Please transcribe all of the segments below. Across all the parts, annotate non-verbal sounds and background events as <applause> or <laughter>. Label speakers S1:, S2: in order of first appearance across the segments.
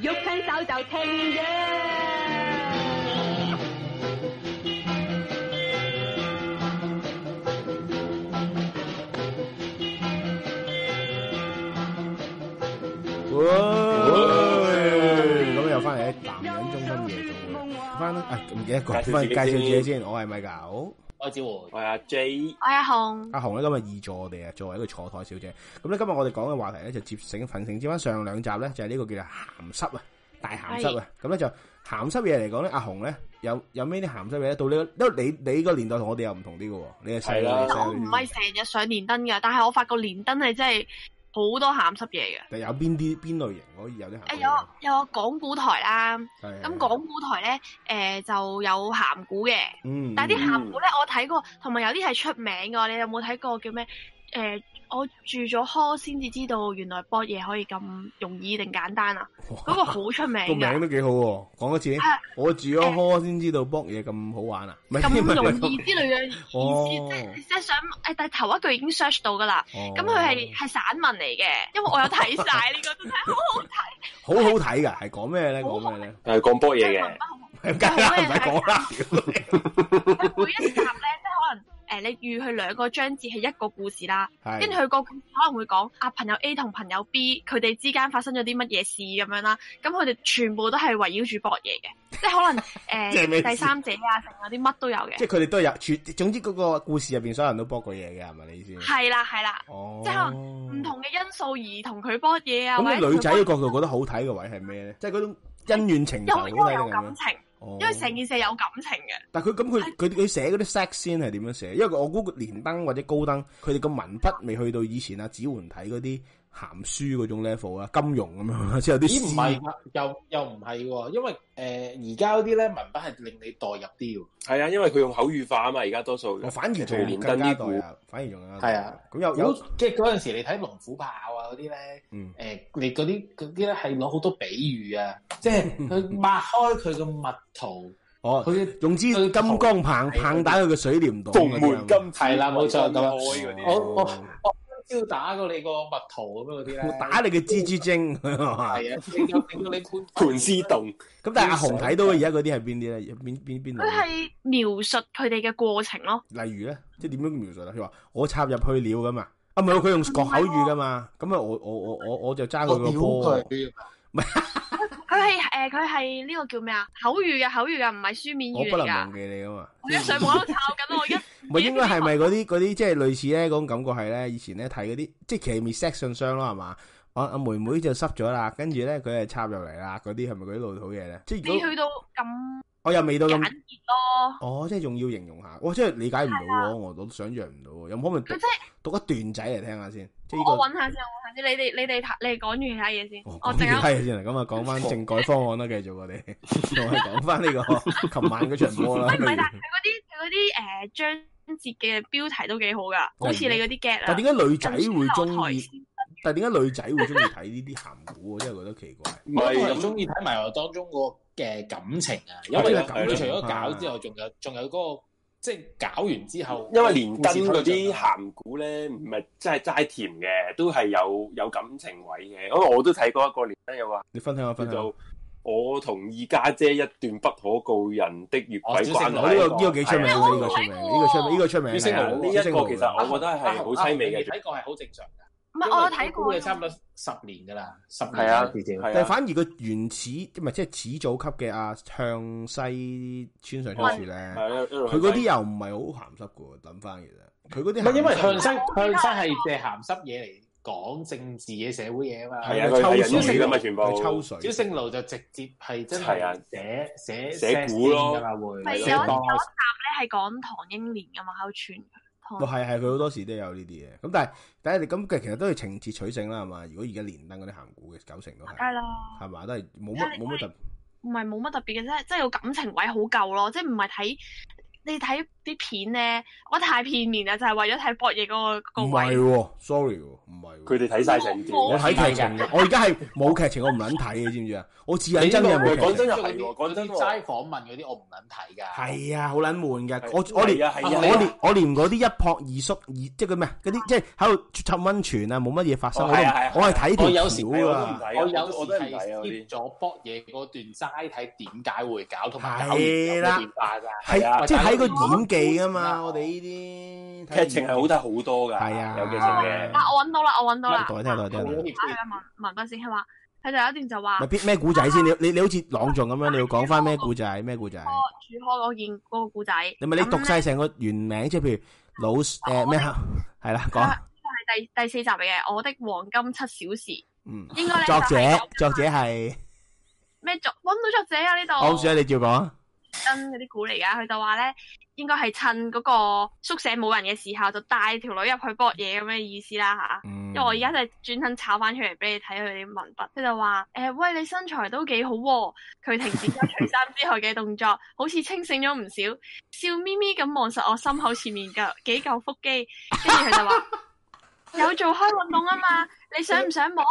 S1: 老豆聽啫。
S2: 咁又翻嚟男人中分夜總會，翻啊唔記得講翻介
S3: 介
S2: 紹
S3: 紹
S2: 自
S3: 自己
S2: 己
S3: 先
S2: 先，我係米狗，
S3: 我知喎，
S4: 我係阿 J，
S5: 我阿紅，
S2: 阿紅咧今日二助我哋啊，作為一個坐台小姐。咁咧今日我哋講嘅話題咧就接醒粉醒接翻上兩集咧，就係呢個叫做鹹濕啊，大鹹濕啊。咁咧就鹹濕嘢嚟講咧，阿紅咧有有咩啲鹹濕嘢咧？到呢個，因為你你個年代同我哋又唔同啲嘅喎，你係細
S3: 係啦
S2: 啦，
S5: 我唔係成日上連登噶，但係我發覺連登係真係好多鹹濕嘢嘅。
S2: 但有邊啲邊類型可以有啲鹹濕
S5: 誒
S3: 哎
S2: 嘢？
S5: 有有港股台啦，
S2: 係
S5: 咁港股台咧誒、就有鹹股嘅，
S2: 嗯，
S5: 但係啲鹹股咧我睇過，同埋有啲係出名嘅。你有冇睇過叫咩？誒、我住咗科先至知道，原來博嘢可以咁容易定簡單啊！嗰、個好出名
S2: 個
S5: 㗎
S2: 名，都幾好喎，講多次
S5: 係，
S2: 我住咗科先知道卜嘢咁好玩啊，唔係
S5: 咁容易之類嘅意思，
S2: 哦
S5: 即係即係想誒，但係頭一句已經 search 到㗎啦。
S2: <laughs> 哦
S5: 咁佢係係散文嚟嘅，因為我有睇晒呢個，真係好好睇，
S2: 好好睇噶，係講咩咧？
S5: 好
S2: 講咩咧？
S3: 係講波嘢
S5: 真係
S3: 嘅，
S5: 文筆哦好
S2: <laughs> 梗係啦，唔使講啦，
S5: 佢每哦一集咧，即係可能誒、呃你預佢兩個章節係一個故事啦，跟住
S2: <laughs> 係
S5: 佢個故事可能會講啊朋友 A 同朋友 B 佢哋之間發生咗啲乜嘢事咁樣啦，咁佢哋全部都係圍繞住博嘢嘅，即係可能誒、呃
S2: <laughs> 即係咩事
S5: 第三者啊，成嗰啲乜都有
S2: 即
S5: 嘅，
S2: 係佢哋都有處，總之嗰個故事入邊所有人都卜過嘢嘅，係咪你意思？
S5: 係啦係啦，
S2: 哦，
S5: 即係可唔同嘅因素而同佢博嘢啊，或
S2: 咁
S5: 者
S2: 你女仔嘅角度覺得好睇嘅位係咩咧？即係嗰種恩怨情仇好
S5: 因為因為
S2: 睇
S5: 有
S2: 定係
S5: 感
S2: 咩？
S5: 情，
S2: 哦
S5: 因為成件事係有感情嘅。
S2: 但佢咁佢佢佢寫嗰啲 sex 先係點樣寫？因為我估連登或者高登，佢哋個文筆未去到以前啊，子桓睇嗰啲鹹書嗰種 level 啦，金融咁樣，即係有啲
S3: 咦唔係
S2: 詩
S3: 㗎又又唔係喎，因為呃誒而家嗰啲咧文筆係令你代入啲喎，
S4: 係啊，因為佢用口語化啊嘛，而家多數
S2: 我反而仲
S4: 做連
S2: 更
S4: 登
S2: 加
S4: 呢
S2: 代
S4: 股
S2: 入，反而仲更加
S3: 係啊。
S2: 咁有
S3: 有
S2: 有
S3: 即係嗰陣時你睇龍虎豹啊嗰啲咧，
S2: 嗯
S3: 誒、你嗰啲嗰啲咧係攞好多比喻啊，即係佢抹開佢個蜜桃，
S2: 哦，
S3: 佢
S2: 用支金剛棒棒打佢個水簾洞
S4: 同
S2: 嗰啲啊
S4: 門金
S3: 係啦冇錯
S4: 開
S3: 咁樣
S4: 嗰
S3: 我
S4: 啲，
S2: 哦
S3: 我我今朝打過你個蜜桃咁樣嗰啲咧，
S2: 打你嘅蜘蛛精咁
S3: 係啊，整到整到你潘
S4: 盤絲洞
S2: 但係阿紅睇到嘅而家嗰啲係邊啲咧？邊邊邊
S5: 佢
S2: 類？
S5: 係描述佢哋嘅過程咯，
S2: 例如咧，即係點樣描述咧？佢話我插入去了噶嘛，啊唔係佢用國口語噶嘛，咁啊我我我我我就揸佢個波，
S5: 啊佢係誒佢係呢個叫咩啊？口語嘅口語嘅，唔係書面
S2: 我
S5: 語
S2: 不
S5: 嚟
S2: 能
S5: 㗎。
S2: 忘記你噶嘛。
S5: 我一上網都抄緊，我一
S2: 唔係應該係咪嗰啲嗰啲即係類似咧嗰種感覺係咧？以前咧睇嗰啲即係奇妙 sex 信箱咯，係嘛？我阿妹妹就濕咗啦，跟住咧佢係插入嚟啦，嗰啲係咪嗰啲老土嘢咧？即係 <laughs> 如
S5: 你
S2: 果
S5: 去到咁
S2: 我又未到
S5: 簡
S2: 咁，
S5: 潔咯，
S2: 哦，即係仲要形容下，我真係理解唔到喎，我我都想象唔到喎，有冇可能
S5: 佢真
S2: 讀
S5: 係
S2: 讀一段仔嚟聽下先？即係呢
S5: 我
S2: 個
S5: 揾下先，我揾下先。你哋你哋睇你哋講完其他嘢先，
S2: 哦
S5: 我
S2: 講
S5: 陣
S2: 其
S5: 間
S2: 他嘢先啦，咁啊講
S5: <laughs>
S2: 翻政改方案啦，繼續我哋我哋講翻呢個琴晚嗰場波啦
S5: 喂。唔 <laughs> 係，但係佢嗰啲佢嗰啲誒章節嘅標題都幾好㗎，好似你嗰啲 get
S2: 但係
S5: 啊。
S2: 點解女仔會中
S5: 近
S2: 意
S5: 書？樓
S2: 但係點解女仔會中意睇呢啲鹹股？我真係覺得奇怪。
S3: 唔係咁中意睇埋我當中個嘅感情啊，因為
S2: 係啦啊
S3: 佢除咗
S2: 感
S3: 搞
S2: 情
S3: 之外，仲有仲有嗰個即係搞完之後，
S4: 因為連登嗰啲
S3: 鹹
S4: 鹹股咧，唔係真係齋甜嘅，都係有有感情位嘅。因為我都睇過一個連登有話
S2: 你分享下
S4: 叫
S2: 分享下。
S4: 做我同二家姐一段不可告人的越
S2: 哦
S4: 軌關
S2: 我呢
S4: 係。
S2: 個呢個幾出名，呢啊
S5: 係啊
S2: 個出名，呢個出名，呢個出名。
S3: 朱星豪
S4: 呢一個其實我覺得係
S3: 啊
S4: 好凄美嘅
S3: 啊你。睇過係好正常嘅。
S5: 唔係我有睇過
S3: 因為差唔多十年㗎啦，十年
S4: 係啊
S3: 至少
S4: 係
S2: 但係
S4: 啊，
S2: 反而個原始唔係即係始祖級嘅阿向西村上春樹咧，
S4: 係啊
S2: 佢嗰啲又唔係好鹹濕嘅喎，諗翻其實佢嗰啲
S3: 唔係因為向西
S2: 西
S3: 向西係借鹹濕嘢嚟講政治嘅社會嘢啊嘛。
S4: 係啊
S2: 抽
S4: 佢係
S2: 水
S4: 人妖嚟㗎嘛全部
S2: 佢抽水。
S3: 小聖奴就直接係真
S4: 係啊
S3: 係寫
S4: 寫
S3: 寫
S4: 古咯
S3: 㗎嘛會
S5: 咪有一
S3: 寫
S5: 有一集
S3: 當係
S5: 咧係講唐英年㗎嘛，喺度傳唐
S2: 哇，係係，佢好多時都有呢啲嘢。咁但係，但係你咁其實都係情節取勝啦，係嘛？如果而家連登嗰啲鹹股嘅九成都
S5: 梗係
S2: 係，
S5: 啦，
S2: 係嘛？都係冇乜冇乜特別。
S5: 唔係冇乜特別嘅，即係即係個感情位好夠咯，即係唔係睇你睇啲片咧，我覺得太片面啦，就係為咗睇博嘢嗰個個
S2: 唔
S5: 位
S2: 係。喎 s o r r y 喎，唔係喎。
S4: 佢哋睇晒成點
S2: 我
S4: 嘅。
S2: 睇劇情嘅，我而家係冇劇情，我唔撚睇嘅，知唔知啊？我只係真嘅
S4: 你呢
S2: 冇
S4: 個
S2: 劇
S4: 講
S2: 情。
S4: 真又係喎講真喎
S3: 嗰啲齋訪問嗰啲我唔撚睇㗎。
S2: 係啊，好撚悶嘅。
S4: 係
S2: 我我連
S4: 係啊係啊
S2: 我連我連嗰啲一撲二縮二，即係佢咩啊嗰啲，即係喺度浸温泉啊，冇乜嘢發生。
S4: 哦
S2: 我都唔
S4: 係啊係啊
S2: 我係睇
S3: 我有時
S2: 條
S4: 係
S2: 橋
S4: 我都唔
S2: 啊。
S4: 睇啊，
S3: 我有
S4: 我
S3: 時
S4: 都係唔
S3: 係
S4: 睇啊嗰
S3: skip
S4: 啲。
S3: 咗博嘢嗰段，齋睇點解會搞，同埋搞完
S2: 係
S3: 有
S2: 啦
S3: 冇變化㗎。
S4: 係啊
S2: 係即係睇個演技啊
S3: 係
S2: 嘛，
S3: 啊
S2: 我哋呢啲
S4: 劇情係好得好多㗎，
S2: 係啊
S4: 有劇情
S5: 啊
S4: 嘅。，
S5: 我揾到啦，我揾到啦。
S2: 袋睇袋睇袋。
S5: 啊文文斌先係話，佢就有一段就話
S2: 咪邊咩古仔先？你你你好似朗誦咁樣，你要講翻咩古仔？咩古仔？
S5: 住開嗰件嗰個故仔。
S2: 你咪你讀
S5: 咁
S2: 晒成個原名，即係譬如老誒咩啊？係啦，講
S5: 咧係第第四集嚟嘅，我的黃金七小時。
S2: 嗯，
S5: 應該咧
S2: 作
S5: 就係
S2: 者
S5: 講
S2: 作者係
S5: 咩作揾唔到作者啊？呢度
S2: 我唔想你照講啊。
S5: 真嗰啲股嚟噶，佢就話咧，應該係趁嗰個宿舍冇人嘅時候，就帶條女入去搏嘢咁嘅意思啦吓。
S2: 因
S5: 因為我而家就係專登炒翻出嚟俾你睇佢啲文筆，佢就話：誒、喂，你身材都幾好喎、佢停止咗除衫之後嘅動作，好似清醒咗唔少，笑眯眯咁望實我心口前面嘅幾嚿腹肌，跟住佢就話：有做開運動啊嘛，你想唔想摸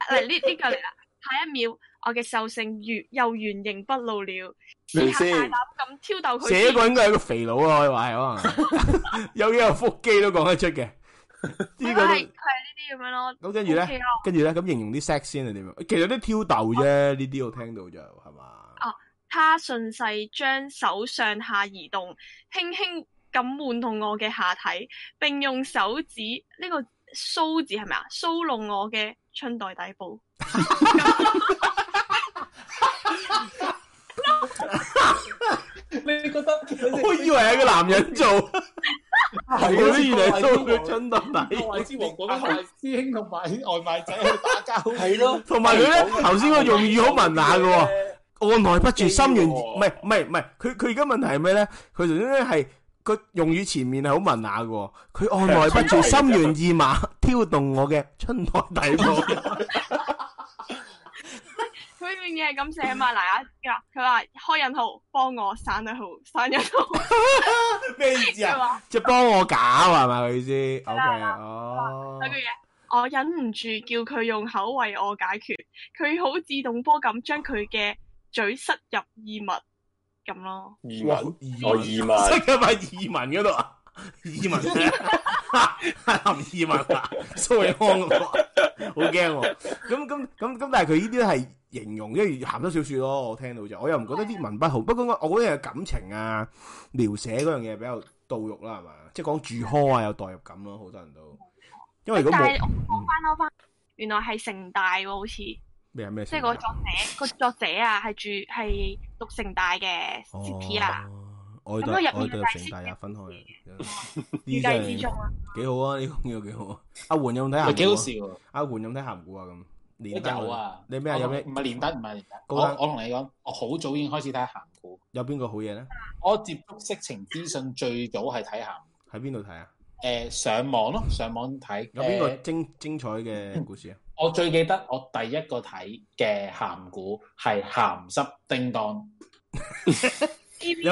S5: 下？
S2: <laughs>
S5: 嚟呢呢嚿嚟啦，啊下一秒我嘅獸性如又原形不露了，
S4: 明
S5: 試下
S4: 先
S5: 大膽咁挑逗佢
S2: 寫
S5: 先。
S2: 個應該係個肥佬啊，可以話係可能 <laughs> 有嘢有腹肌都講得出嘅。呢
S5: 佢
S2: 個
S5: 係佢係
S2: 都
S5: 呢啲咁樣咯。
S2: 咁跟住咧
S5: OK 咯，
S2: 跟住咧咁形容啲 sex 先係點樣？其實都挑逗啫，呢啲我聽到就係嘛。
S5: 他順勢將手上下移動，輕輕咁玩弄我嘅下體，並用手指呢、個搔字係咪啊？搔弄我嘅春袋底部。
S3: 你覺得
S2: 我以為係個男人做，係嗰啲原來都叫
S3: 春
S2: 春得底。
S3: 我之王嗰個大師兄同埋啲外賣仔去打交，
S4: 係咯，
S2: 同埋佢咧，頭先個用語好文雅嘅喎，按耐不住，
S4: 記喎
S2: 心猿唔係唔係唔係，佢佢而家問題係咩咧？佢頭先咧係個用語前面係好文雅嘅喎，佢按耐不住，
S4: 係
S2: 心猿 <laughs> 意馬，挑動我嘅春袋底部。
S5: 佢永遠係咁寫嘛，嗱啊，佢話開引號，幫我散引號，散引號，
S2: <laughs> 咩意思
S5: 佢？話
S2: 即係幫我搞係咪佢意思？O
S5: 啦係
S2: K，
S5: 啦
S2: 哦
S5: 嗰，句嘢，我忍唔住叫佢用口為我解決，佢好自動波咁將佢嘅嘴塞入異物咁咯。
S4: 移
S2: 哇
S4: 民，
S2: 移
S4: 我移民，
S2: 塞入喺移民嗰度啊！ <laughs> 移民啊，林移民啊，蘇永康嗰個好驚喎。咁咁咁咁，但係佢呢啲係形容，因為鹹濕小説咯。我聽到就，我又唔覺得啲文筆好。不過我我覺得係感情啊、描寫嗰樣嘢比較到肉啦，係嘛？即係講住呵啊，有代入感咯，好多人都。因為如果
S5: 但
S2: 冇
S5: 係我翻嬲翻，原來係城大喎，好似即
S2: 咩啊咩事
S5: 係
S2: 啊，
S5: 個作者個作者啊，係住係讀城大嘅 City 啊，
S2: 哦，我
S5: 咁
S2: 對
S5: 佢入面
S2: 我對
S5: 就
S2: 入
S5: 係
S2: 城大有分開嘅，
S5: <laughs>
S2: 呢
S5: 預
S2: 真
S5: 計之
S2: 係
S5: 中啊，
S2: 幾好啊！呢個呢個幾好啊！阿媛有冇睇
S3: 咪
S2: 鹹
S3: 幾好
S2: 古啊
S3: 笑喎！
S2: 阿媛有冇睇鹹古啊？咁連登
S3: 有啊，
S2: 你咩啊
S3: 我
S2: 有咩
S3: 唔係連登，唔係連登。
S2: 高
S3: 我
S2: 登
S3: 我同你講，我好早已經開始睇鹹股。
S2: 有邊個好嘢咧？
S3: 我接觸色情資訊最早係睇鹹，
S2: 喺邊度睇啊？
S3: 誒上網咯，上網睇。
S2: 有邊個
S3: 誒
S2: 精精彩嘅故事啊？
S3: 我最記得我第一個睇嘅鹹股係鹹濕叮當，
S2: 你可
S5: 你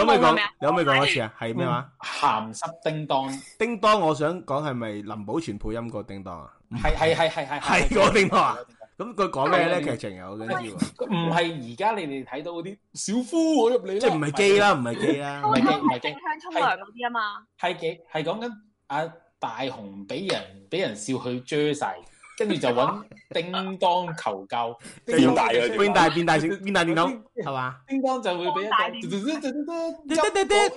S2: 唔可以講？
S5: 咩啊？
S2: 你可唔可以講一次啊？係咩話？
S3: 鹹濕叮當
S2: 叮當，我想講係咪林保全配音個叮當啊？
S3: 係係係係係
S2: 係嗰個叮當啊
S3: 係嗰個當
S2: 咁佢講咩咧？
S3: 係
S2: 劇情有跟住喎，
S3: 唔係而家你哋睇到嗰啲小夫我入嚟啦，
S2: 即係唔係基，啦，唔係基啦。
S5: 我
S3: 唔係
S5: 聽
S3: 嘅唔係嘅
S5: 正向沖涼嗰啲啊嘛，
S3: 係幾係講緊阿大雄俾人俾人笑佢追晒，跟住就揾叮當求救，
S2: 就
S4: 變
S2: 用
S4: 大嗰啲
S2: 變大變大成變大電筒係 <laughs> 嘛？
S3: <laughs> 叮當就會俾一個嘟嘟嘟嘟嘟音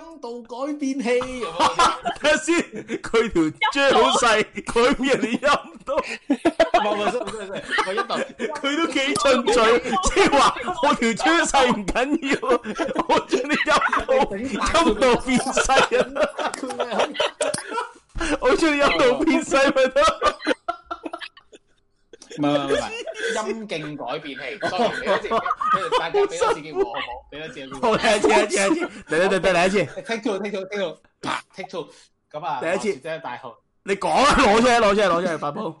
S3: <laughs> 度音度音度改變器咁樣，
S2: 睇下先，佢條脹好細，改變你陰到，
S3: 唔係唔係唔係唔係音度
S2: 佢都幾進取，即係話我條脹細唔緊要，我將你陰到陰到變細啊！我將你陰到變細咪得咯。
S3: 唔係唔係唔係音徑改變器，sorry，俾多次，大家俾多次機會我好冇？俾多次機會。
S2: 好，嚟一次，嚟一次，嚟一次，嚟嚟嚟嚟一次，
S3: take two take two take two 啪 take two 咁啊，
S2: 第一次
S3: 即係大學，
S2: 你講啊，攞出嚟，攞出嚟，攞出嚟，發布。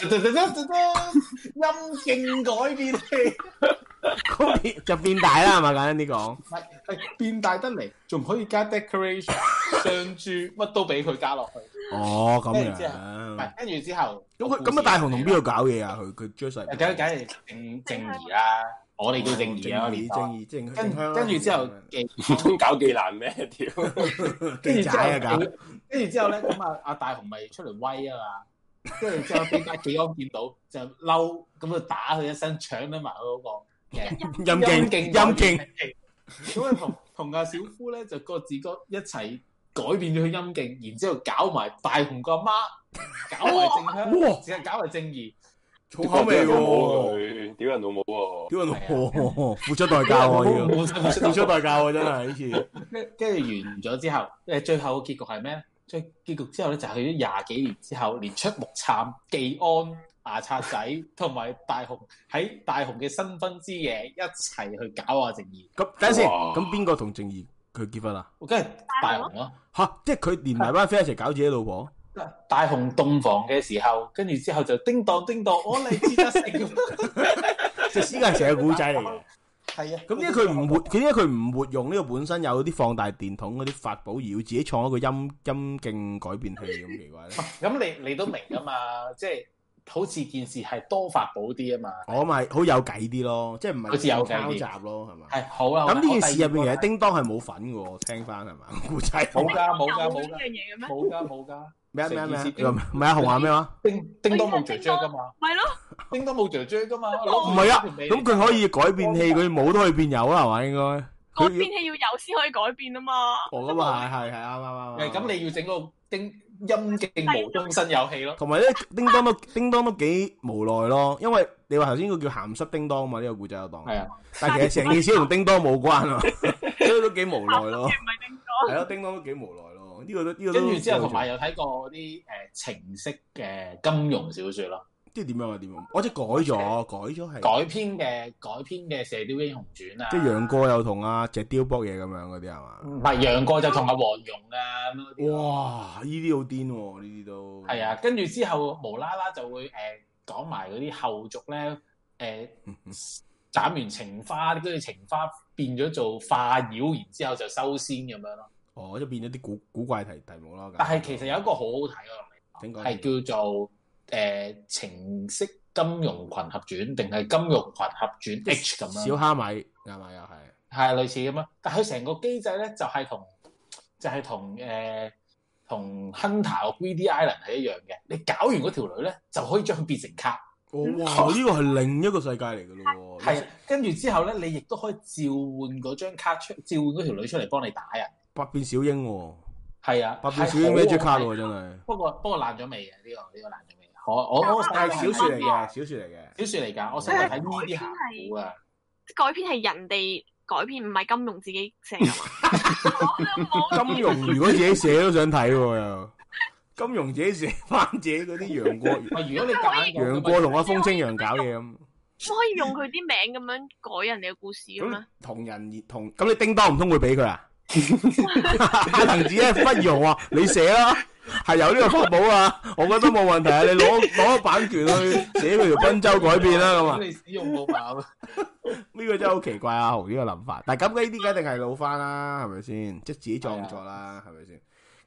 S3: 音勁改變器，
S2: 嗰邊就變大啦，係嘛？簡單啲講，
S3: 係變大得嚟，仲可以加 decoration、上珠，乜都俾佢加落去。
S2: 哦咁
S3: 即係即唔
S2: 樣。
S3: 係，跟住之後
S2: 咁佢咁啊，大雄同邊度搞嘢啊？佢佢追細，
S3: 梗梗係正正義啦，我哋叫正義啊，我
S2: 義
S3: 哋就
S2: 正義正
S3: 跟
S2: 正香啦
S3: 跟住之後嘅
S4: 通搞
S2: <laughs>
S4: 技難咩？屌，
S2: 地仔啊，搞
S3: 跟住之後佢，跟住之後咧，咁啊阿大雄咪出嚟威啊嘛，跟住之後俾阿幾安見到就嬲，咁啊打佢一身，搶咗埋佢嗰個嘅
S2: 陰勁
S3: 勁
S2: 陰勁，，
S3: 咁啊同同阿小夫咧就各自各一齊改變咗佢陰勁，然之後搞埋大雄個阿媽，搞埋正
S2: 哇
S3: 香，只係搞埋正義，
S2: 重口味喎，
S4: 喎！ <laughs> 屌人老母喎！
S2: 屌人老
S3: 係
S2: 母，哦付出代價喎要，
S3: 冇冇
S2: 付出代價喎真係呢次。
S3: 跟跟住完咗之後，誒最後嘅結局係咩咧？最結局之後咧就去咗廿幾年之後，連出木杉、技安、牙刷仔同埋大雄喺大雄嘅新婚之夜一齊去搞啊正義，
S2: 咁等陣先，
S4: 哇
S2: 咁邊個同正義佢結婚啊？
S3: 我跟住大雄咯。
S2: 吓，即係佢連埋班 friend 一齊搞自己老婆，
S3: 大雄洞房嘅時候，跟住之後就叮當叮當，我嚟自得成。
S2: 即係呢個係成個古仔嚟嘅。
S3: <laughs> 係啊，
S2: 咁因為佢唔活，佢因為佢唔活用呢個本身有啲放大電筒嗰啲法寶，而要自己創一個音音徑改變器咁奇怪
S3: <laughs>
S2: 咧。
S3: 咁你你都明噶 <laughs> 嘛？即係好似件事係多法寶啲啊嘛。
S2: 我咪好有計啲咯，即係唔係
S3: 好似有計
S2: 抄
S3: 啲
S2: 集咯，係嘛？
S3: 係好啦。
S2: 咁呢件事入邊
S3: 邊
S2: 其實叮當係冇份嘅喎，我聽翻係嘛？古仔
S3: 冇㗎冇㗎
S5: 有
S3: 冇
S5: 呢
S3: 㗎
S5: 樣嘢嘅咩？
S3: 冇㗎冇㗎。
S2: 咩啊咩啊咩啊？
S3: 成
S2: 你
S3: 件事
S2: 話咩唔係啊紅話咩話？
S3: 叮叮當冇姐姐噶嘛，
S5: 咪咯，
S3: 叮當冇姐姐噶嘛，
S5: 哦
S2: 唔
S3: 攞
S2: 係啊，
S3: 條尾
S2: 咁佢可以改變器，佢冇都可以變有啦，係嘛？應該
S5: 改
S2: 佢
S5: 變器要有先可以改變啊嘛。
S2: 哦咁啊，係係係啱啱啱。
S3: 誒咁你要整個叮陰勁無中生有氣咯，
S2: 同埋咧，叮當都叮當都幾無奈咯，因為你話頭先佢叫鹹濕叮當嘛，呢、個古仔有當，
S3: 係啊，
S2: 但係其實成件事同叮當冇關啊，所以都幾無奈咯
S5: 鹹濕嘢，唔係叮
S2: 係咯，叮當都幾無奈咯，呢、個都呢、個都
S3: 跟住之後同埋有睇過啲誒情色嘅金融小説咯，
S2: 即係點樣啊點樣，我即係改咗，改咗
S3: 改
S2: 係
S3: 編嘅改編嘅《射雕英雄傳》啊，
S2: 即係楊過又同阿隻雕搏嘢咁樣嗰啲係嘛？
S3: 唔係楊過就同阿黃蓉啊咁樣嗰啲咯，
S2: 哇！呢啲好癲喎，呢啲都 <laughs>
S3: 係啊，，跟住之後無啦啦就會誒講埋嗰啲後續咧誒斬完情花，跟住情花變咗做化妖，然之後就修仙咁樣咯。
S2: 哦，即係變咗啲古古怪題題目咯。
S3: 但係其實有一個好好睇嘅
S2: 點
S3: 同
S2: 講
S3: 你講，係叫做誒、呃情色金融群合傳定係金融群合傳 H 咁
S2: 小
S3: 樣，
S2: 蝦米係咪又係？
S3: 係類似咁樣。但係佢成個機制咧就係同就係同誒同 Hunter 個 Greedy Island 係一樣嘅。你搞完嗰條女咧就可以將佢變成卡，
S2: 哦哇！呢個係另一個世界嚟嘅咯喎，
S3: 係跟住之後咧你亦都可以召喚嗰張卡出，召喚嗰條女出嚟幫你打人。
S2: 百變小櫻喎。
S3: 係啊，
S2: 百變小
S3: 係
S2: 櫻
S3: 好
S2: Magic
S3: 好
S2: 卡
S3: 睇
S2: 咯，真係。
S3: 不過不過爛咗味嘅呢個呢個爛咗味。我我我
S2: 但
S5: 但
S2: 係
S5: 係
S2: 小
S5: 小說
S2: 说
S5: 嚟
S2: 嚟
S5: 嘅
S2: 嘅，小说嚟嘅。
S3: 小説嚟㗎，我成日睇呢啲下股啊，
S5: 改編係人哋改編，唔係金融自己寫噶
S2: <laughs>
S5: 嘛。
S2: 金融如果自己寫都想睇喎又，金融自己寫 <laughs> 翻自己嗰啲楊過、
S3: 喂，如果你揀
S2: 楊過同阿風清揚搞嘢咁，
S5: 咁可以用佢啲名咁樣改人哋嘅故事嘅咩
S2: 咁？同人同咁你叮當唔通會俾佢啊？阿藤子咧忽然話你寫啦，係有呢個法寶啊，我覺得冇問題啊，你攞攞個版權去寫佢條賓州改變啦咁啊。
S3: 你使用冇辦 <laughs> 法，
S2: 呢個真係好奇怪啊！豪呢個諗法，但係咁呢啲一定係老翻啦，係咪先？即係自己創作
S4: 啊
S2: 啦，係咪先？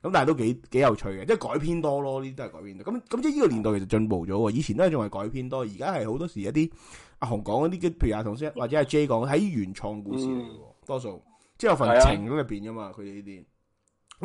S2: 咁但係都幾幾有趣嘅，即係改編多咯，呢啲都係改編多。咁咁即係呢個年代其實進步咗喎，以前都係仲係改編多，而家係好多時一啲阿紅講嗰啲，譬如阿同先或者阿 J 講喺原創故事嚟嘅喎，多數即係有份
S4: 係啊
S2: 情喺入邊噶嘛，佢哋呢啲。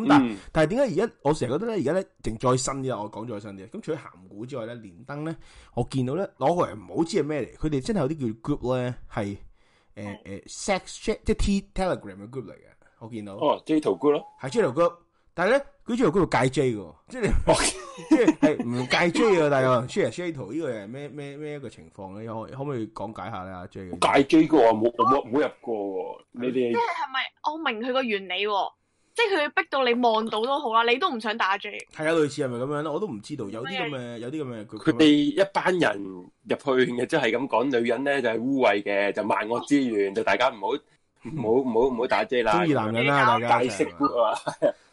S2: 咁但係
S4: 嗯
S2: 但係點解而家我成日覺得咧，而家咧淨再新啲啦，我講再新啲。咁除咗鹹古之外咧，連登咧，我見到咧攞個人唔好知係咩嚟，佢哋真係有啲叫 group 咧係
S4: 哦
S2: 誒誒 sex chat，即係 T Telegram 嘅 group 嚟嘅。我見到
S4: 哦，J 圖 group 咯，
S2: 係 J 條 group，但係咧佢 J 條 group 度戒 J 嘅喎，即係
S4: 哦
S2: 你 <laughs> 即係係唔戒 J 嘅，但係有人 share share 圖呢個係咩咩咩一個情況咧？可可唔可以講解下咧？阿 J 嘅
S4: 界 J 個我冇我冇冇入過喎，你哋
S5: 即係咪？我明佢個原理喎，即係佢逼到你望到都好啦，你都唔想打 J。
S2: 係啊，類似係咪咁樣咧？我都唔知道，有啲咁嘅有啲咁嘅 group
S4: 佢哋一班人入去嘅，即係咁講，女人咧就係污穢嘅，就萬惡之源，就大家唔好唔好唔好唔好打遮啦。
S2: 中意男人啦，大家
S4: 解釋 group 啊，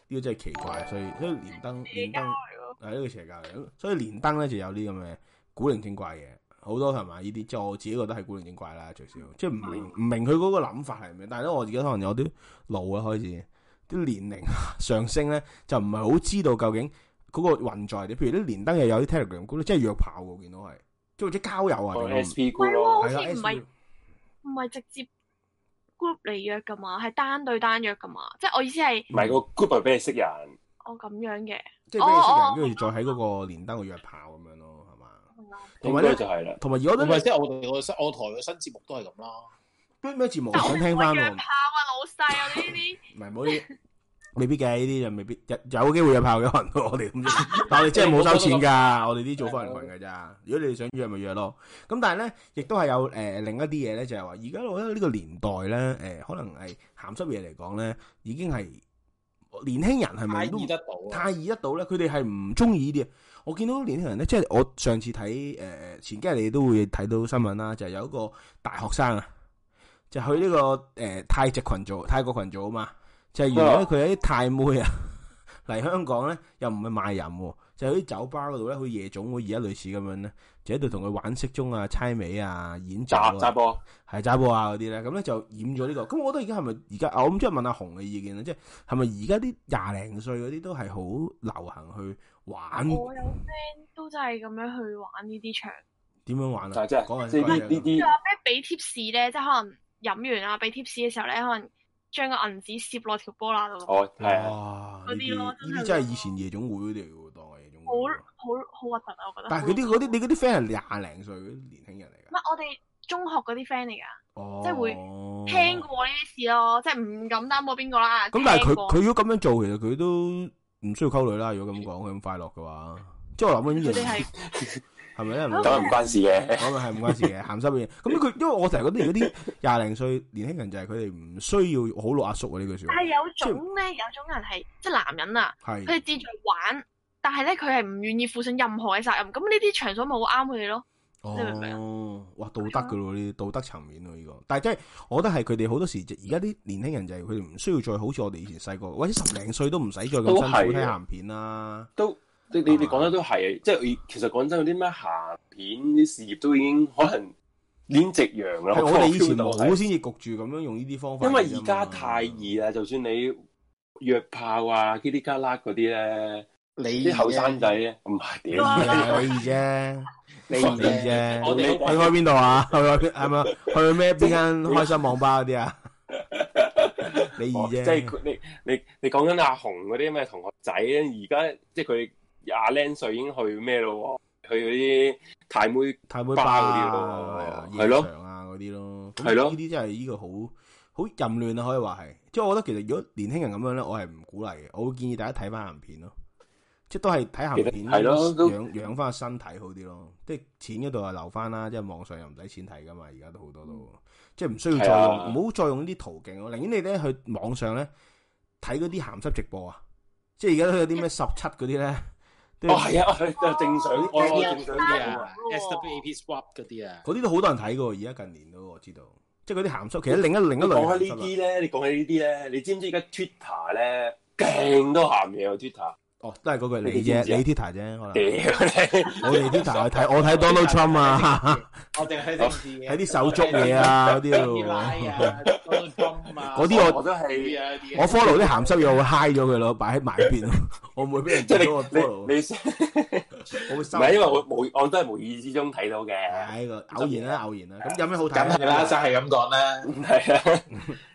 S2: 呢個真係奇怪，所以所以連登連
S5: 邪教
S2: 登
S5: 嚟喎
S2: 係呢個邪教嚟，所以連登咧就有啲咁嘅古靈精怪嘢，好多係嘛？呢啲即係我自己覺得係古靈精怪啦，最少
S5: 嗯
S2: 即係唔明唔明佢嗰個諗法係咩。但係咧，我自己可能有啲老啦，開始啲年齡啊 <laughs> 上升咧，就唔係好知道究竟嗰個運載啲。譬如啲連登又有啲 Telegram group 咧，即係約炮喎，見到係即係或者交友啊，定
S4: 個
S2: 係
S4: S P
S5: 唔係
S4: group
S5: 喎，
S4: 咯，
S5: 哦好
S2: 係啦
S5: 似唔係
S2: SP
S5: 唔係直接 group 嚟約噶嘛，係單對單約噶嘛。即係我意思係
S4: 唔係個 group 係俾你識人，
S5: 我咁樣嘅，
S2: 即係俾你識
S5: 哦
S2: 人，跟住再喺嗰個連登度約炮咁樣咯，係嘛？同
S4: 應
S2: 埋咧
S4: 該就係啦。
S2: 同埋而家
S3: 唔係
S2: 都
S3: 即係我哋我新我台嘅新節目都係咁啦。
S2: 咩咩節目我
S5: 但我
S2: 想
S5: 唔
S2: 聽翻
S5: 係約
S2: 喎
S5: 炮。啊，老細我哋
S2: <laughs>
S5: 呢啲。
S2: 唔係冇啲，未必嘅呢啲就未必有有機會有炮嘅可能都我哋咁啫，但我哋真係冇收錢㗎，我哋啲做福人群㗎咋。如果你哋想約咪約咯。咁但係咧，亦都係有誒、呃另一啲嘢咧，就係話而家我覺得呢個年代咧，誒、可能係鹹濕嘢嚟講咧，已經係年輕人係
S3: 太
S2: 咪都
S3: 易得到啊！
S2: 太易得到咧？佢哋係唔中意呢啲嘢。我見到年輕人咧，即係我上次睇誒、呃前幾日你都會睇到新聞啦，就係有一個大學生啊，就去呢、個誒、呃泰籍群組、泰國群組啊嘛，就係、原來咧佢有啲泰妹啊 <laughs> 嚟香港咧，又唔係賣淫喎，就喺啲酒吧嗰度咧，去夜總會而家類似咁樣咧，就喺度同佢玩骰盅啊、猜尾啊、演酒
S4: 扎扎
S2: 啊。
S4: 波，
S2: 係揸波啊嗰啲咧，咁咧就染咗呢、個。咁我覺得而家係咪而家啊？我唔知係問阿紅嘅意見啊啦，即係係咪而家啲廿零歲嗰啲都係好流行去玩
S4: 哦
S5: 我有 friend 都真係咁樣去玩呢啲場，
S2: 點樣玩
S4: 但
S2: 啊？
S4: 係即係
S2: 講下
S4: 即係
S2: 講
S4: 呢
S2: 下
S4: 呢
S5: 即係
S4: 啲
S5: 話咩俾貼士咧，即係可能飲完啊，俾貼士嘅時候咧，可能將個銀紙攝落條波罅度，好
S4: 哦係啊，
S2: 哇！呢
S5: 嗰啲
S2: 啲
S5: 咯
S2: 呢啲真係以前夜總會嗰啲嚟嘅喎，當係夜總會。
S5: 好好核突啊！我覺得。
S2: 但係嗰啲嗰啲你嗰啲 friend 係廿零歲嗰啲年輕人嚟
S5: 唔係我哋中學嗰啲 friend 嚟㗎，
S2: 㗎，
S5: 即係會
S2: 哦
S5: 聽過呢啲事咯，即係唔敢擔保邊個啦。
S2: 咁但係佢
S5: 聽過
S2: 佢如果咁樣做，其實佢都唔需要溝女啦。如果咁講，佢咁快樂嘅話，即係我諗緊呢
S5: 佢
S2: 樣嘢
S5: 哋係
S2: 係咪咧？唔
S5: 咁
S4: 咁又唔關事嘅，
S2: 咁啊係唔關事嘅，鹹濕嘢。咁佢因為我成日覺得而家啲廿零歲年輕人就係佢哋唔需要好老阿叔啊呢句説
S5: 但係有種咧，有種人係即係男人啊，
S2: 話，
S5: 佢
S2: 係
S5: 哋志在玩，但係咧佢係唔願意負上任何嘅責任。咁呢啲場所咪好啱佢哋咯。你明唔明
S2: 哦，哇道德噶咯呢啲道德層面喎呢個，但係真係我覺得係佢哋好多時而家啲年輕人就係佢哋唔需要再好似我哋以前細個或者十零歲都唔使再咁辛
S4: 都係
S2: 苦睇
S4: 嘅
S2: 鹹片啦，
S4: 都你你你講得都係，即係其實講真，有啲咩鹹片啲事業都已經可能攣夕陽啦。
S2: 係我哋以前
S4: feel 到係
S2: 冇先至焗住咁樣用呢啲方法嘅
S4: 因
S2: 啫嘛，
S4: 為而家太易啦，就算你約炮啊、叽哩嘎啦嗰啲咧，
S3: 你
S4: 啲後生仔咧，唔係
S2: 你
S4: 屌
S5: 哇
S2: 啫，你啫，
S4: <laughs>
S3: 你
S2: 你啫，
S3: 我哋
S2: 去
S4: 哦
S2: 開邊度啊？去去係咪去咩邊間開心網吧嗰啲啊？你二
S4: 哦
S2: 啫，
S4: 即係佢你你你講緊阿紅嗰啲咩同學仔咧，而家即係佢廿零歲已經去咩咯喎？去嗰啲太妹
S2: 太妹啊夜
S4: 巴嗰啲咯係咯
S2: 場啊嗰啲咯，咁
S4: 係咯
S2: 呢啲真係呢個好好淫亂啊，可以話係。即係我覺得其實如果年輕人咁樣咧，我係唔鼓勵嘅，我會建議大家睇翻鹹片咯，即係都係睇鹹
S4: 其
S2: 片
S4: 實係咯都
S2: 養養翻個身體好啲咯。即係錢嗰度啊留翻啦，即係網上又唔使錢睇噶嘛，而家都好多都即係唔需要再
S4: 係啊
S2: 用，唔好再用呢啲途徑咯。寧願你咧去網上咧睇嗰啲鹹濕直播啊，即係而家都有啲咩十七嗰啲咧，都
S4: 哦係啊，係就正想我我正想
S5: 啲
S3: 啲
S4: 講
S3: 啊
S4: 啊，
S3: ，SWAP swap 嗰啲啊，
S2: 嗰啲都好多人睇嘅喎，而家近年都我知道，即係嗰啲鹹濕，其實另一另
S4: 你
S2: 一類
S4: 講
S2: 鹹
S4: 起呢
S2: 濕啊
S4: 啲咧，你講起呢啲咧，你知唔知而家 Twitter 咧勁多鹹嘢喎？Twitter
S2: 哦，都係嗰句
S4: 你
S2: 你
S4: 哋知唔
S2: 啫，
S4: 知啊
S2: 你 Tita 啫，可能
S4: 屌
S2: 我哋 Tita 去睇，我睇 Donald
S4: <laughs>
S2: Trump 啊，，
S3: 我淨係睇政治嘅
S2: 睇啲手足嘢，啊嗰啲
S3: 啲拉
S2: 咯，
S3: 啊，Donald Trump 啊，
S2: 嗰
S4: 你，
S2: 啲我
S4: 我都係。
S3: 啊啲
S2: 我 follow 啲鹹濕嘢，我會 high 咗佢咯，擺喺埋邊 <laughs> 咯，我唔會俾人
S4: 即
S2: 見
S4: 係
S2: 到我 follow，
S4: 你你你，
S2: 我會
S4: 唔
S2: 收。
S4: 係因為我無我都係無意之中睇到嘅。
S2: 係個偶然啦，偶然啦，咁有咩好
S3: 梗係
S2: 睇
S3: 啦，就係咁講啦。
S4: 系啊，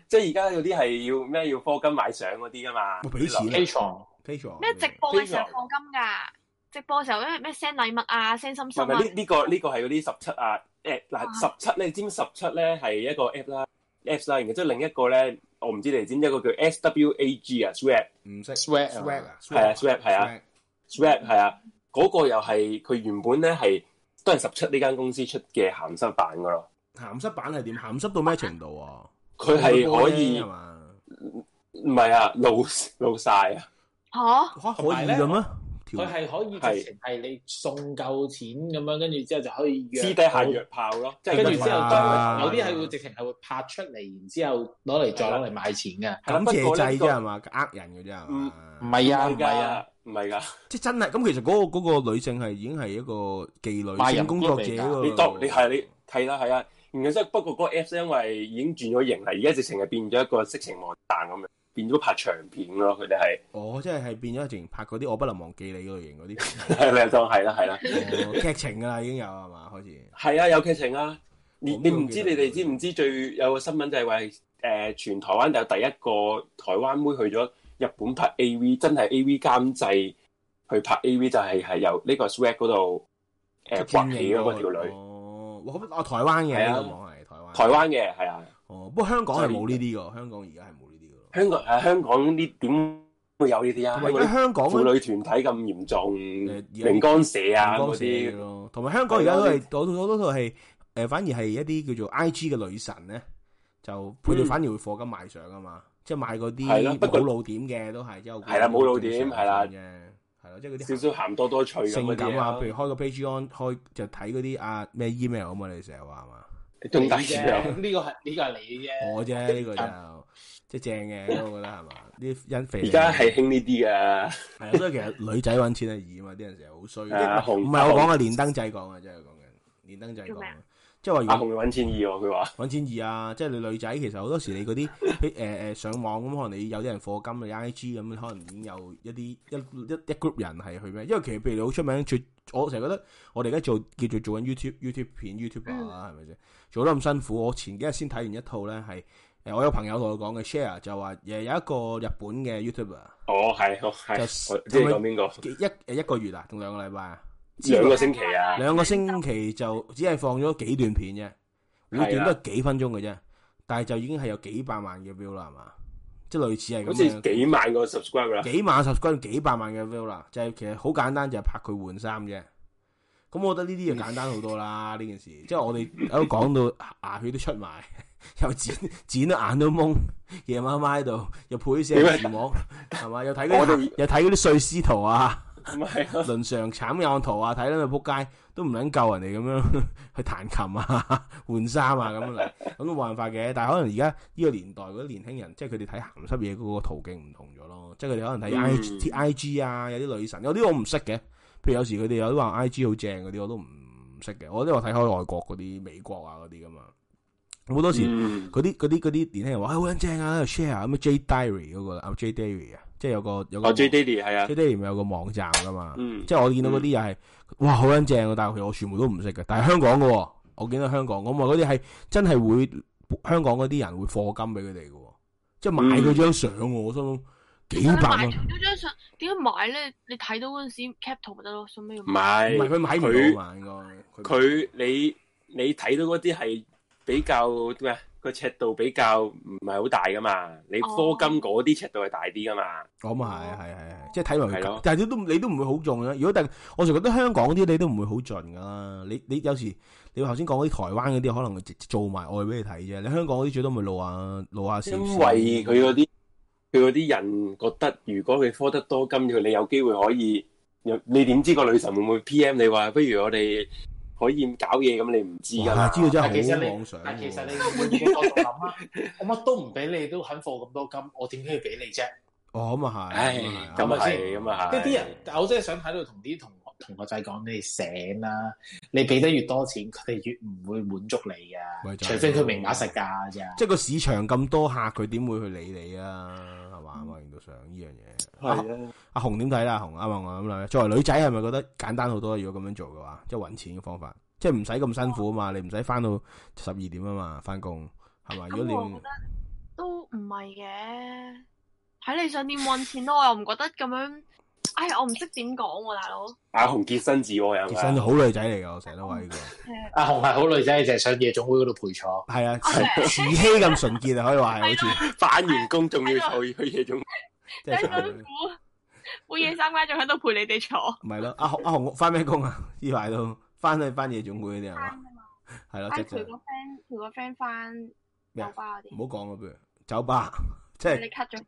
S4: 即系而家有啲係要咩要科金買相嗰啲噶嘛，
S2: 我俾錢
S3: Patron
S2: 嗯
S5: 咩直播嘅時候
S4: 邊個
S5: 放金㗎？直播嘅時候咩咩 send 禮物啊，send 心
S4: 唔係
S5: 心
S4: 唔係
S5: 啊
S4: 呢，呢個呢個係嗰啲十七啊，诶嗱十七咧，你知唔知十七咧係一個 app 啦，apps 啦，然後即係另一個咧，我唔知你哋知唔知一個叫 SWAG 啊，swag
S2: 唔識
S3: Swag 啊
S2: swag 啊，
S4: 係啊，swag 係啊
S2: Swag
S4: ，swag 係啊，嗰個又係佢原本咧係都係十七呢間公司出嘅鹹濕版噶咯，
S2: 鹹濕版係點？鹹濕到咩程度啊？
S4: 佢係可以
S2: 係嘛？
S4: 唔係啊，露露晒啊，
S5: 嚇
S2: 嚇可
S3: 同埋
S2: 以
S3: 咧
S2: 嘅咩？條
S3: 佢係可以直情係你送夠錢咁樣，跟住之後就可以約
S4: 私底下約炮咯，即係
S3: 跟住之後
S2: 哇
S3: 有啲係會直情係會拍出嚟，然之後攞嚟再攞嚟賣錢嘅。
S4: 係啦
S2: 感
S4: 不過
S2: 謝
S4: 呢
S2: 祭
S4: 個
S2: 啫係嘛？呃人嘅啫係嘛？
S3: 唔係啊，
S4: 唔
S3: 唔
S4: 係
S3: 係啊
S4: 㗎，唔係㗎。
S2: 即係真係咁，其實嗰、個嗰個女性係已經係一個妓女
S3: 賣淫
S2: 性工作者
S3: 嗰個
S2: 喎。
S4: 你當你係你係啦係啊，然後即係不過嗰個 Apps 因為已經轉咗型啦，而家直情係變咗一個色情網站咁樣，變咗拍長片咯。佢哋係
S2: 哦，即係係變咗成拍嗰啲我不能忘記你類型
S4: <laughs>
S2: 嗰啲
S4: 係 <laughs> 你當係啦係啦，
S2: 哦劇情㗎啦，已經有係嘛開始。
S4: 係啊有劇情啊！你
S2: 哦咁
S4: 你唔知
S2: 都
S4: 你
S2: 幾
S4: 哋知唔知最有個新聞就係話誒全台灣有第一個台灣妹去咗日本拍 AV，真係 AV 監製去拍 AV 就係係由呢個 Swag 嗰度誒
S2: 即係
S4: 崛起嗰個
S2: 天影嗰
S4: 條
S2: 個
S4: 女，
S2: 哦，哇咁啊台灣
S4: 係
S2: 嘅
S4: 啊
S2: 呢個網係台灣。
S4: 台灣嘅係啊。
S2: 哦，不過香港係冇呢啲㗎，香港而家係冇呢啲㗎咯。
S4: 香港誒香港呢點會有呢啲啊？
S2: 同埋而家香港
S4: 婦
S2: 咧
S4: 女團體咁嚴重，
S2: 而家
S4: 明光社啊
S2: 光
S4: 嗰
S2: 社
S4: 啲，
S2: 咯，同埋香港而家都係好多好多套係誒，反而係一啲叫做 I G 嘅女神咧，就配對
S4: 嗯
S2: 反而會貨金賣相啊嘛，即係賣嗰啲
S4: 係啦不過
S2: 冇露點嘅都係，即係我覺得
S4: 係啦冇露點
S2: 正常
S4: 係啦
S2: 嘅，係咯，即係嗰
S4: 少
S2: 啲
S4: 少鹹多多脆咁
S2: 性
S4: 嗰
S2: 感
S4: 啲
S2: 啊，
S4: 啊
S2: 譬，如開個 page on 開就睇嗰啲啊咩 email 啊嘛，你成日話係嘛，
S4: 仲大
S3: 啫，
S4: 件
S2: <laughs>
S3: 呢
S4: 啊！
S3: 個係呢個係你啫。
S2: 我啫呢個就即係正嘅，我覺得係嘛，啲因肥
S4: 而家係興呢
S2: <laughs>
S4: 啲噶，
S2: 係啊，所以其實女仔揾錢係易啊嘛，啲人成日好衰，
S4: 係
S2: 唔係
S4: 啊紅
S2: 唔係我講嘅連登仔講嘅，真係講緊連登仔講
S5: 做咩
S2: 嘅
S5: 啊，
S2: 即係話如
S4: 阿
S2: 果
S4: 紅要揾錢意喎，佢話
S2: 揾錢易啊！即係你女仔其實好多時你嗰啲 <laughs> 誒誒上網咁，可能你有啲人課金你 I G 咁，可能已經有一啲一一一 group 人係去咩？因為其實譬如你好出名，最我成日覺得我哋而家做叫做做緊 YouTube YouTube 片 YouTube 啊，係咪先？做得咁辛苦，我前幾日先睇完一套咧係誒，我有朋友同我講嘅 share 就話誒有一個日本嘅 YouTuber
S4: 哦係哦係，
S2: 就
S4: 我知你講邊個？
S2: 一誒一個月啊，定兩個禮拜啊？
S4: 兩個星期啊，
S2: 兩個星期就只係放咗幾段片啫，每段都係幾分鐘嘅啫，但係就已經係有幾百萬嘅 view 啦，係嘛？即係類似係
S4: 好
S2: 咁
S4: 似
S2: 樣，
S4: 幾萬個 subscriber 啊啦，
S2: 幾萬 subscribe 幾百萬嘅 view 啦，就係、其實好簡單，就係拍佢換衫啫。咁我覺得呢啲就簡單好多啦，呢件事，即係我哋喺度講到牙血都出埋， <laughs> 又剪剪到眼都蒙，夜晚晚喺度又配
S4: 點
S2: 寫
S4: 啊
S2: 字
S4: <laughs>
S2: 幕，係嘛？又睇
S4: 我
S2: 嗰啲
S4: 哋
S2: 又睇嗰啲碎屍圖啊！
S4: 唔係 <laughs> 啊，
S2: 倫常慘有圖啊，睇到佢仆街都唔撚救人哋咁樣去彈琴啊、 <laughs> 換衫啊咁樣嚟，咁都冇辦法嘅。但係可能而家呢個年代嗰啲年輕人，即係佢哋睇鹹濕嘢嗰個途徑唔同咗咯，即係佢哋可
S4: 嗯
S2: 能睇 I T I G 啊，有啲女神，有啲我唔識嘅。譬如有時佢哋有啲話 I G 好正嗰啲，我都唔識嘅。我都話睇開外國嗰啲美國啊嗰啲噶嘛，好多時。
S4: 嗯
S2: 嗰啲嗰啲嗰啲年輕人話：，哎，好撚正啊喺度，share 啊咁啊 J Diary 嗰個啊 J Diary 啊，即係有個有個
S4: 哦 J Daddy 係啊
S2: J，Diary 咪有個網站噶嘛。
S4: 嗯
S2: 即係我見到嗰啲又係，哇好撚正啊！但係其實我全部都唔識嘅，但係香港嘅喎，我見到香港，我咪嗰啲係真係會香港嗰啲人會課金俾佢哋嘅喎，即係買佢張相喎，我心諗幾
S5: 但
S2: 百
S5: 係買
S2: 蚊，
S5: 咗嗰張相，點解買咧？你睇到嗰陣時 cap 圖咪得咯，做咩要
S4: 唔
S5: 買？
S2: 唔係
S4: 係
S2: 佢買唔到嘛應該，
S4: 佢你你睇到嗰啲係比較咩？啊個尺度比較唔係好大噶嘛，你科
S5: 哦
S4: 金嗰啲尺度係大啲噶嘛。
S2: 我咪哦啊係係係係，即係睇埋
S4: 係
S2: 佢
S4: 咯，
S2: 但係你都你都唔會好盡啊啦。如果但我成日覺得香港啲你都唔會好盡噶啦。你你有時你頭先講嗰啲台灣嗰啲，可能直接做埋外俾你睇啫。你香港嗰啲最多咪露下露下少少。
S4: 因為佢嗰啲佢嗰啲人覺得，如果佢科得多金，佢你有機會可以，有你點知個女神會唔會 P.M. 你話，不如我哋可以搞嘢咁，你唔知㗎
S2: 哇
S4: 啊嘛？
S2: 知道真
S3: 但其實
S2: 係好妄
S3: 你
S2: 想喎。
S3: 但其實你換個角度諗啊，我乜都唔俾你都肯放咁多金，我點解要俾你啫？
S2: 哦咁啊係，
S4: 唉
S2: 係，
S4: 咁
S3: 咪
S4: 啊
S3: 先
S4: 係，咁啊
S3: 即
S4: 係。
S3: 係啲人，但我真係想喺度同啲同學同學仔講，你醒啦！你俾得越多錢，佢哋越唔會滿足你
S2: 咪
S3: 噶，
S2: 就係
S3: 除非佢明碼實價咋。
S2: 即係個市場咁多客，佢點會去理你啊？係
S4: 嗯
S2: 嘛？我認到上呢樣嘢。阿
S4: 係啊，
S2: 阿紅點睇啦？阿紅啱啱我咁諗，作為女仔係咪覺得簡單好多？如果咁樣做嘅話，即係揾錢嘅方法，即係唔使咁辛苦啊嘛，你唔使翻到十二點啊嘛，翻工係嘛？如
S5: 咁
S2: 果
S5: 我
S2: 你
S5: 覺得都唔係嘅，睇你想點揾錢咯。我又唔覺得咁樣，唉，我唔識點講喎，大佬。
S4: 阿紅潔身自愛係
S2: 結身
S5: 啊
S4: 咪？
S2: 好女仔嚟㗎，我成日都話呢個
S3: 阿紅係好女仔，就係上夜總會嗰度陪坐。
S2: 係啊，
S5: <laughs> 係啊
S2: 慈慈禧咁純潔啊，可以話係好似
S4: 翻完工仲要去去夜總
S2: 即係啊啊慘
S5: 辛苦， <laughs> 半夜三更仲喺度陪你哋坐。
S2: 唔係咯？阿紅阿紅翻咩工啊？呢排都翻去翻夜總會嗰啲係
S5: 啊
S2: 嘛？係咯，
S5: 唉，
S2: 即
S5: 哎陪
S2: 係
S5: 個 friend 陪個 friend 翻
S2: 咩啊
S5: 酒吧嗰
S2: 唔
S5: 啲，
S2: 好講啦，不如酒吧 <laughs> 即係
S5: 你。cut 咗。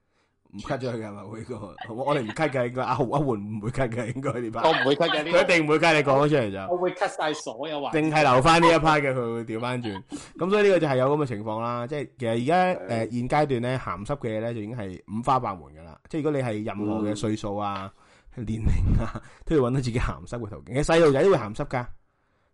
S2: 唔 cut 咗佢噶嘛？每個我 <laughs> 我哋唔 cut 嘅，應該阿豪阿焕唔會 cut 嘅，應該呢 part
S3: 我唔會 cut 嘅
S2: 佢一
S3: 呢
S2: 定唔會 cut 你講咗出嚟就
S3: 個，，我會 cut 晒所有話。
S2: 定係留翻呢一 part 嘅，佢會調翻轉。咁所以呢個就係有咁嘅情況啦。即係其實而家誒
S4: 係
S2: 現階段咧鹹濕嘅嘢咧就已經係五花八門噶啦。即係如果你係任何嘅歲數啊。 <laughs> 年齡啊，都要揾到自己鹹濕嘅途徑。其實細路仔都會鹹濕噶，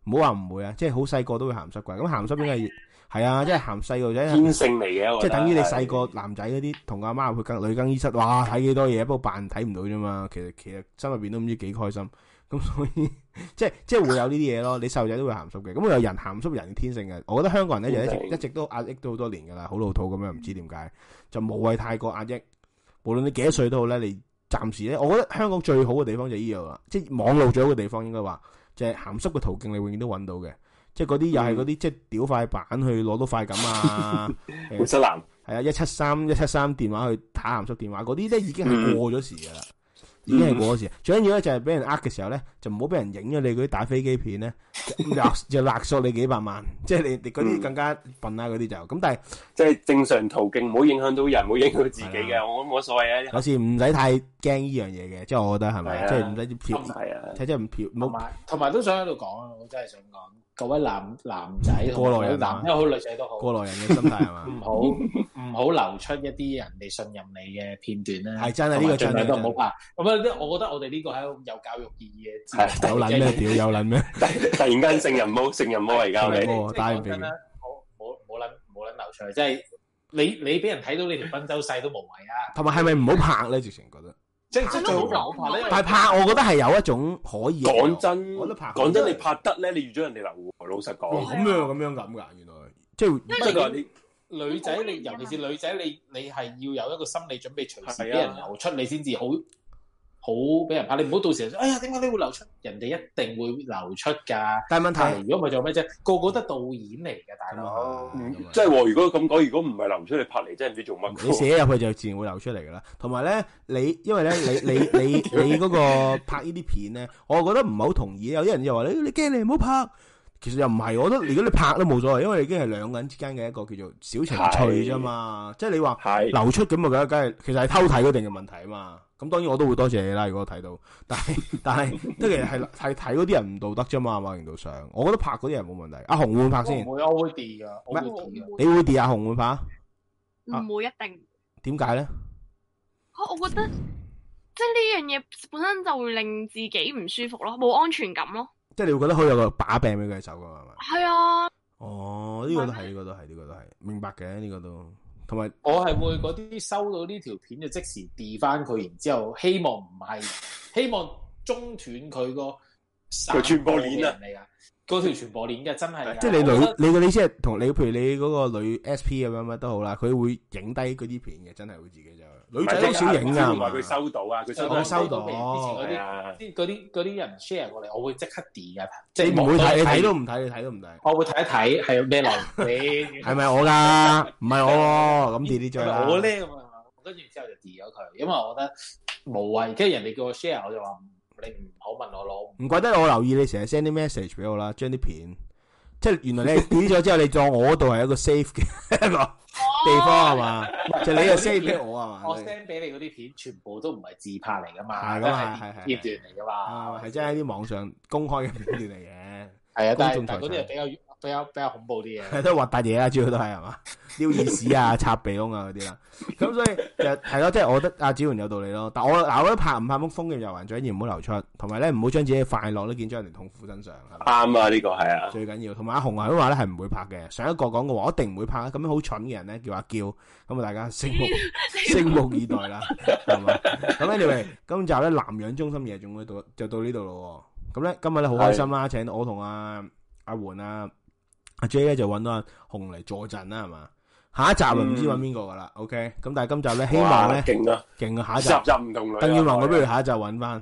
S2: 唔好話唔會啊，即係好細個都會鹹濕噶。咁鹹濕應該係係啊，即係鹹細路仔係
S4: 天性嚟嘅，啊我
S2: 即
S4: 覺
S2: 係
S4: 得
S2: 等於你細個男仔嗰啲同阿媽入去更女更衣室，哇睇幾多嘢，不過扮睇唔到啫嘛。其實其實心入邊都唔知幾開心，咁 <laughs> 所以即係即係會有呢啲嘢咯。你細路仔都會鹹濕嘅，咁有人鹹濕人嘅天性嘅。我覺得香港人咧就一
S4: 天
S2: 直一
S4: 性
S2: 直都壓抑咗好多年噶啦，好老土咁樣，唔知點解就無謂太過壓抑。無論你幾多歲都好咧，你暫時咧，我覺得香港最好嘅地方就係呢樣啦，即係網路最好嘅地方應該話就係鹹濕嘅途徑，你永遠都揾到嘅。即係嗰啲又係嗰啲即係屌塊板去攞到快感啊！
S4: 本身男
S2: 系啊，一七三一七三電話去打鹹濕電話嗰啲咧已經係過咗時噶啦，已經係過咗時。最緊要咧就係俾人呃嘅時候咧，就唔好俾人影咗你嗰啲打飛機片咧，就勒就勒索你幾百萬。 <laughs> 即係你你嗰啲
S4: 嗯
S2: 更加笨啦，嗰啲就咁。但係
S4: 即係正常途徑，唔好影響到人，唔好影響到自己
S2: 係
S4: 嘅，我冇所謂啊。
S2: 有時唔使太驚呢樣嘢嘅，即係我覺得係
S4: 係
S2: 咪？
S4: 啊
S2: 即係唔使撇，
S4: 係啊，
S2: 睇真係唔撇，
S3: 同
S2: 冇
S3: 埋同埋都想喺度講啊！我真係想講，各位男男仔同
S2: 過來人啊
S3: 男又好女仔都好，
S2: 過來人嘅心態係
S3: 唔
S2: 嘛？
S3: 好唔好流出一啲人哋信任你嘅片段啦。
S2: 係真係啊呢
S3: 同
S2: 個
S3: 埋
S2: 真
S3: 盡
S2: 係
S3: 量都唔好
S2: 真
S3: 怕。咁啊，我覺得我哋呢個係一個有教育意義嘅節目。
S4: 係
S2: 有撚咩屌有撚咩？
S4: <laughs> 突然間聖人魔，聖人魔而家我
S2: 係啊喎
S4: 哋
S3: 即係
S2: 打完
S3: 講
S2: 俾
S3: 真
S2: 佢
S3: 啦，冇冇冇撚冇撚流出，即係你你俾人睇到你條賓州細都無謂啊！
S2: 同埋係咪唔好拍咧？直情覺得，
S3: 即係即係最好就唔好拍咧。
S2: 但係拍我覺得係有一種可以嘅
S4: 講真，
S2: 我都拍
S4: 講真，你拍得咧，你預咗人哋流喎。老實
S2: 哇
S4: 講，
S2: 哦咁樣咁樣咁㗎，原來即係
S4: 即係佢話你
S2: 啊
S3: 女仔你尤其是女仔你你係要有一個心理準備，隨時
S4: 係
S3: 俾
S4: 啊
S3: 人流出，你先至好好俾人拍。你唔好到時候就哎呀點解你會流出？人哋一定會流出㗎。
S2: 但係問題
S3: 但係如果唔係做咩啫？個個都係導演嚟㗎，大
S2: 咁
S3: 佬。
S2: 啊
S4: 嗯
S2: 咁啊
S4: 即係喎。如果咁講，如果唔係流出去拍嚟，真係唔知做乜
S2: 你
S4: 喎。
S2: 寫入去就自然會流出嚟噶啦。同埋咧，你因為咧，你你你你嗰個拍呢啲片咧，我覺得唔係好同意。啊有啲人就話你你驚你唔好拍，其實又唔係。我覺得如果你拍都冇所謂，因為你已經係兩個人之間嘅一個叫做小情趣啫嘛。即係你話
S4: 係
S2: 流出咁啊，梗係其實係偷睇嗰定嘅問題啊嘛。咁當然我都會多謝你啦，如果我睇到。 <laughs> 但係但係即係
S3: <laughs>
S2: 係係睇嗰啲人唔道德啫嘛，某程度上，我覺得拍嗰啲人冇問題。阿紅會唔會拍
S3: 我
S2: 先？
S3: 唔會，我會 d 㗎，我會 d 㗎。
S5: 唔
S2: 你會跌阿啊紅會拍？
S5: 會
S2: 啊
S5: 唔會一
S2: 點
S5: 定？
S2: 解咧？
S5: 我我覺得即係呢樣嘢本身就會令自己唔舒服咯，冇安全感咯。
S2: 即係你會覺得好有個把柄俾佢手噶嘛？係咪？
S5: 係啊，
S2: 哦，呢、個都係，
S5: 慢慢
S2: 呢、個都係，呢、個都係，明白嘅呢、個都，同埋
S3: 我係啊會嗰啲收到呢條片就即時 d 翻佢，然之後希望唔
S2: <laughs>
S3: 係希望中斷佢個
S4: 佢傳播鏈啊
S3: 散嘅人嚟㗎，嗰條傳播鏈嘅真係㗎。
S2: 即係你
S3: 我覺得
S2: 女，你嘅意思係同你，譬如你嗰個女 S P 咁樣乜都好啦，佢會影低嗰啲片嘅，真係會自己就女
S4: 唔
S2: 仔
S4: 係
S2: 都少影㗎，係
S4: 話佢
S2: 嘛
S4: 收到啊，佢收
S2: 我
S4: 到
S3: 我
S2: 收到
S3: 之前
S4: 係
S3: 嗰
S4: 啊
S3: 啲，啲嗰啲嗰啲人 share 過嚟，我會即刻 d 㗎，即
S2: 你
S3: 係
S2: 唔會睇，你睇
S3: 望
S2: 都唔睇，你睇都唔睇，
S3: 我會睇一睇係有咩流
S2: <laughs>
S3: 你
S2: 係咪我㗎？唔係我喎，咁跌啲
S3: 係
S2: 咗啦。
S3: 咪我咧咁啊？跟住之後就 d 咗佢，因為我覺得無謂。跟住人哋叫我 share，我就話嗯你唔好問我攞。
S2: 唔怪得我留意你成日 send 啲 message 俾我啦，將啲片，即係原
S3: <laughs>
S2: 來你 delete 咗之後，你當我嗰度係一個 safe 嘅 <laughs> 一個地方係啊嘛？就你又 save 俾我係嘛？
S3: 哦啊我 send 俾你嗰啲片，全部都唔係自拍嚟噶嘛，
S2: 啊係
S3: 都
S2: 咁啊係係
S3: 係片段嚟噶
S2: 啊，
S3: 嘛，
S2: 係真係喺啲網上公開嘅片段嚟嘅。 <laughs>
S3: 係啊，但
S2: 公眾財
S3: 係但
S2: 產
S3: 係嗰啲係比較比較比較恐
S2: <laughs>
S3: 怖啲嘅。
S2: 係都核突嘢啦，主要都係係嘛，撩耳屎啊、插鼻窿啊嗰啲啦。咁所以就係咯，即係我覺得阿子桓有道理咯。但我嗱，我覺得拍唔拍風風嘅遊魂，最緊要唔好流出，同埋咧唔好將自己嘅快樂都建咗人哋痛苦身上，係咪？
S4: 啱啊，呢個係啊，
S2: 最緊要。同埋阿紅啊都話咧係唔會拍嘅。上一個講過話，我一定唔會拍。咁樣好蠢嘅人咧叫阿叫，咁啊大家拭目拭目以待啦，係嘛？咁 anyway，今集咧南洋中心夜總會到就到呢度咯喎。咁咧今日咧好開心啦，請到我同阿阿媛啊。阿 J 咧就揾到阿紅嚟助陣啦，係嘛？下一集啊唔知揾邊個噶啦，OK？咁但係今集咧，希望
S4: 哇
S2: 咧
S4: 勁啊，
S2: 勁啊，
S4: 集
S2: 下一集
S4: 集唔同女啊。
S2: 鄧耀文我不如下一集揾翻，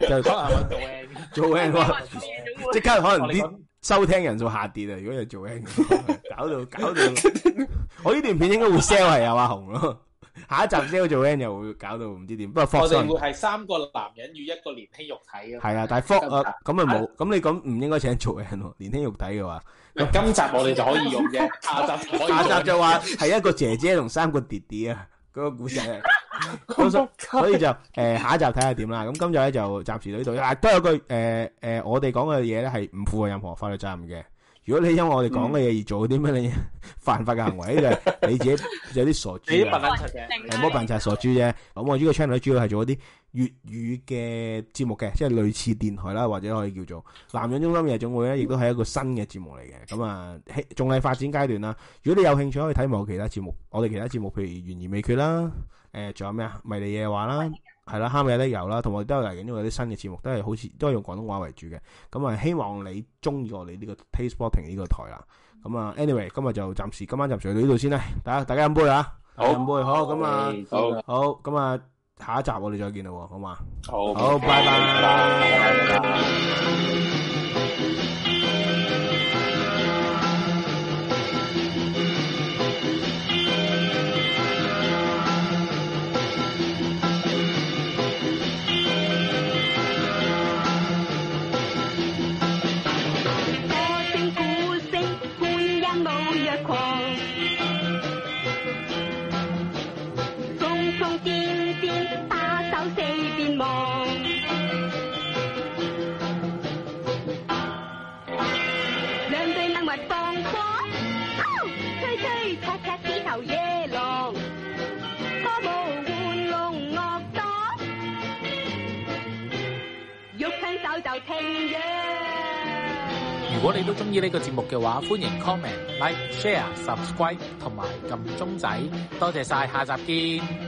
S2: 就
S3: 可能 <laughs> 揾到 N，
S2: 做 N
S5: 我哋夜總會
S2: 即刻可能
S3: 我哋
S2: <laughs> 啲
S3: 講
S2: 收聽人數下跌啊！如果又做 N，搞到搞到，我呢段片應該會 sell 係有阿紅咯。 <laughs> 下一集 sell 做 N 又會搞到唔知點，不過
S3: 我
S2: Fox
S3: 哋會係三個男人與一個年輕肉體嘅。
S2: 係啊，但係 Fox
S3: 今集
S2: 啊咁啊冇，咁你咁唔應該請做 N 喎，年輕肉體嘅話。
S3: 今集我哋就可以用嘅， <laughs> 下集可以用
S2: <laughs> 下集就話係一個姐姐同三個弟弟啊，嗰、個故事係。咁所所以就誒、呃下一集睇下點啦。咁今集咧啊呃就暫時到呢度。嗱、都有句誒誒、我哋講嘅嘢咧係唔負任何法律責任嘅。如果你因為我哋講嘅嘢而做啲咩你 <laughs> 犯法嘅行為，就係你自己有啲傻
S3: 你
S2: 豬
S3: 啲笨
S2: 啊，
S3: 撚柒
S2: <laughs>
S3: 嘅，
S5: 定
S2: 係冇笨柒傻豬啫。咁我呢個 channel 主要係做一啲粵語嘅節目嘅，即係類似電台啦，或者可以叫做男人中心夜總會咧，亦都係一個新嘅節目嚟嘅。咁啊，希仲係發展階段啦。如果你有興趣，可以睇埋我其他節目，我哋其他節目譬如懸而未決啦，誒、仲有咩啊？迷你夜話啦。係啦，蝦米都有啦，同埋都有嚟緊有啲新嘅節目，都係好似都係用廣東話為主嘅。咁啊，希望你中意我哋呢個 Taste Sporting 呢個台啦。咁啊，anyway，今日就暫時今晚暫時去到呢度先啦。大家大家飲杯啊，
S4: 好
S2: 飲杯好咁啊，
S4: 好
S2: 好咁啊，下一集我哋再見啦喎，好嘛？
S4: 好，
S2: 好，拜拜。
S4: 拜拜。
S1: 歌聲鼓聲，歡欣舞若狂。瘋瘋癲癲，把手四邊望。兩對能雲放火，吹吹踢踢枝頭野狼。歌舞玩弄樂多，喐親手就聽樣。
S3: 如果你都中意呢個節目嘅話，歡迎 comment、like、share、subscribe 同埋撳鐘仔，多謝晒，下集見。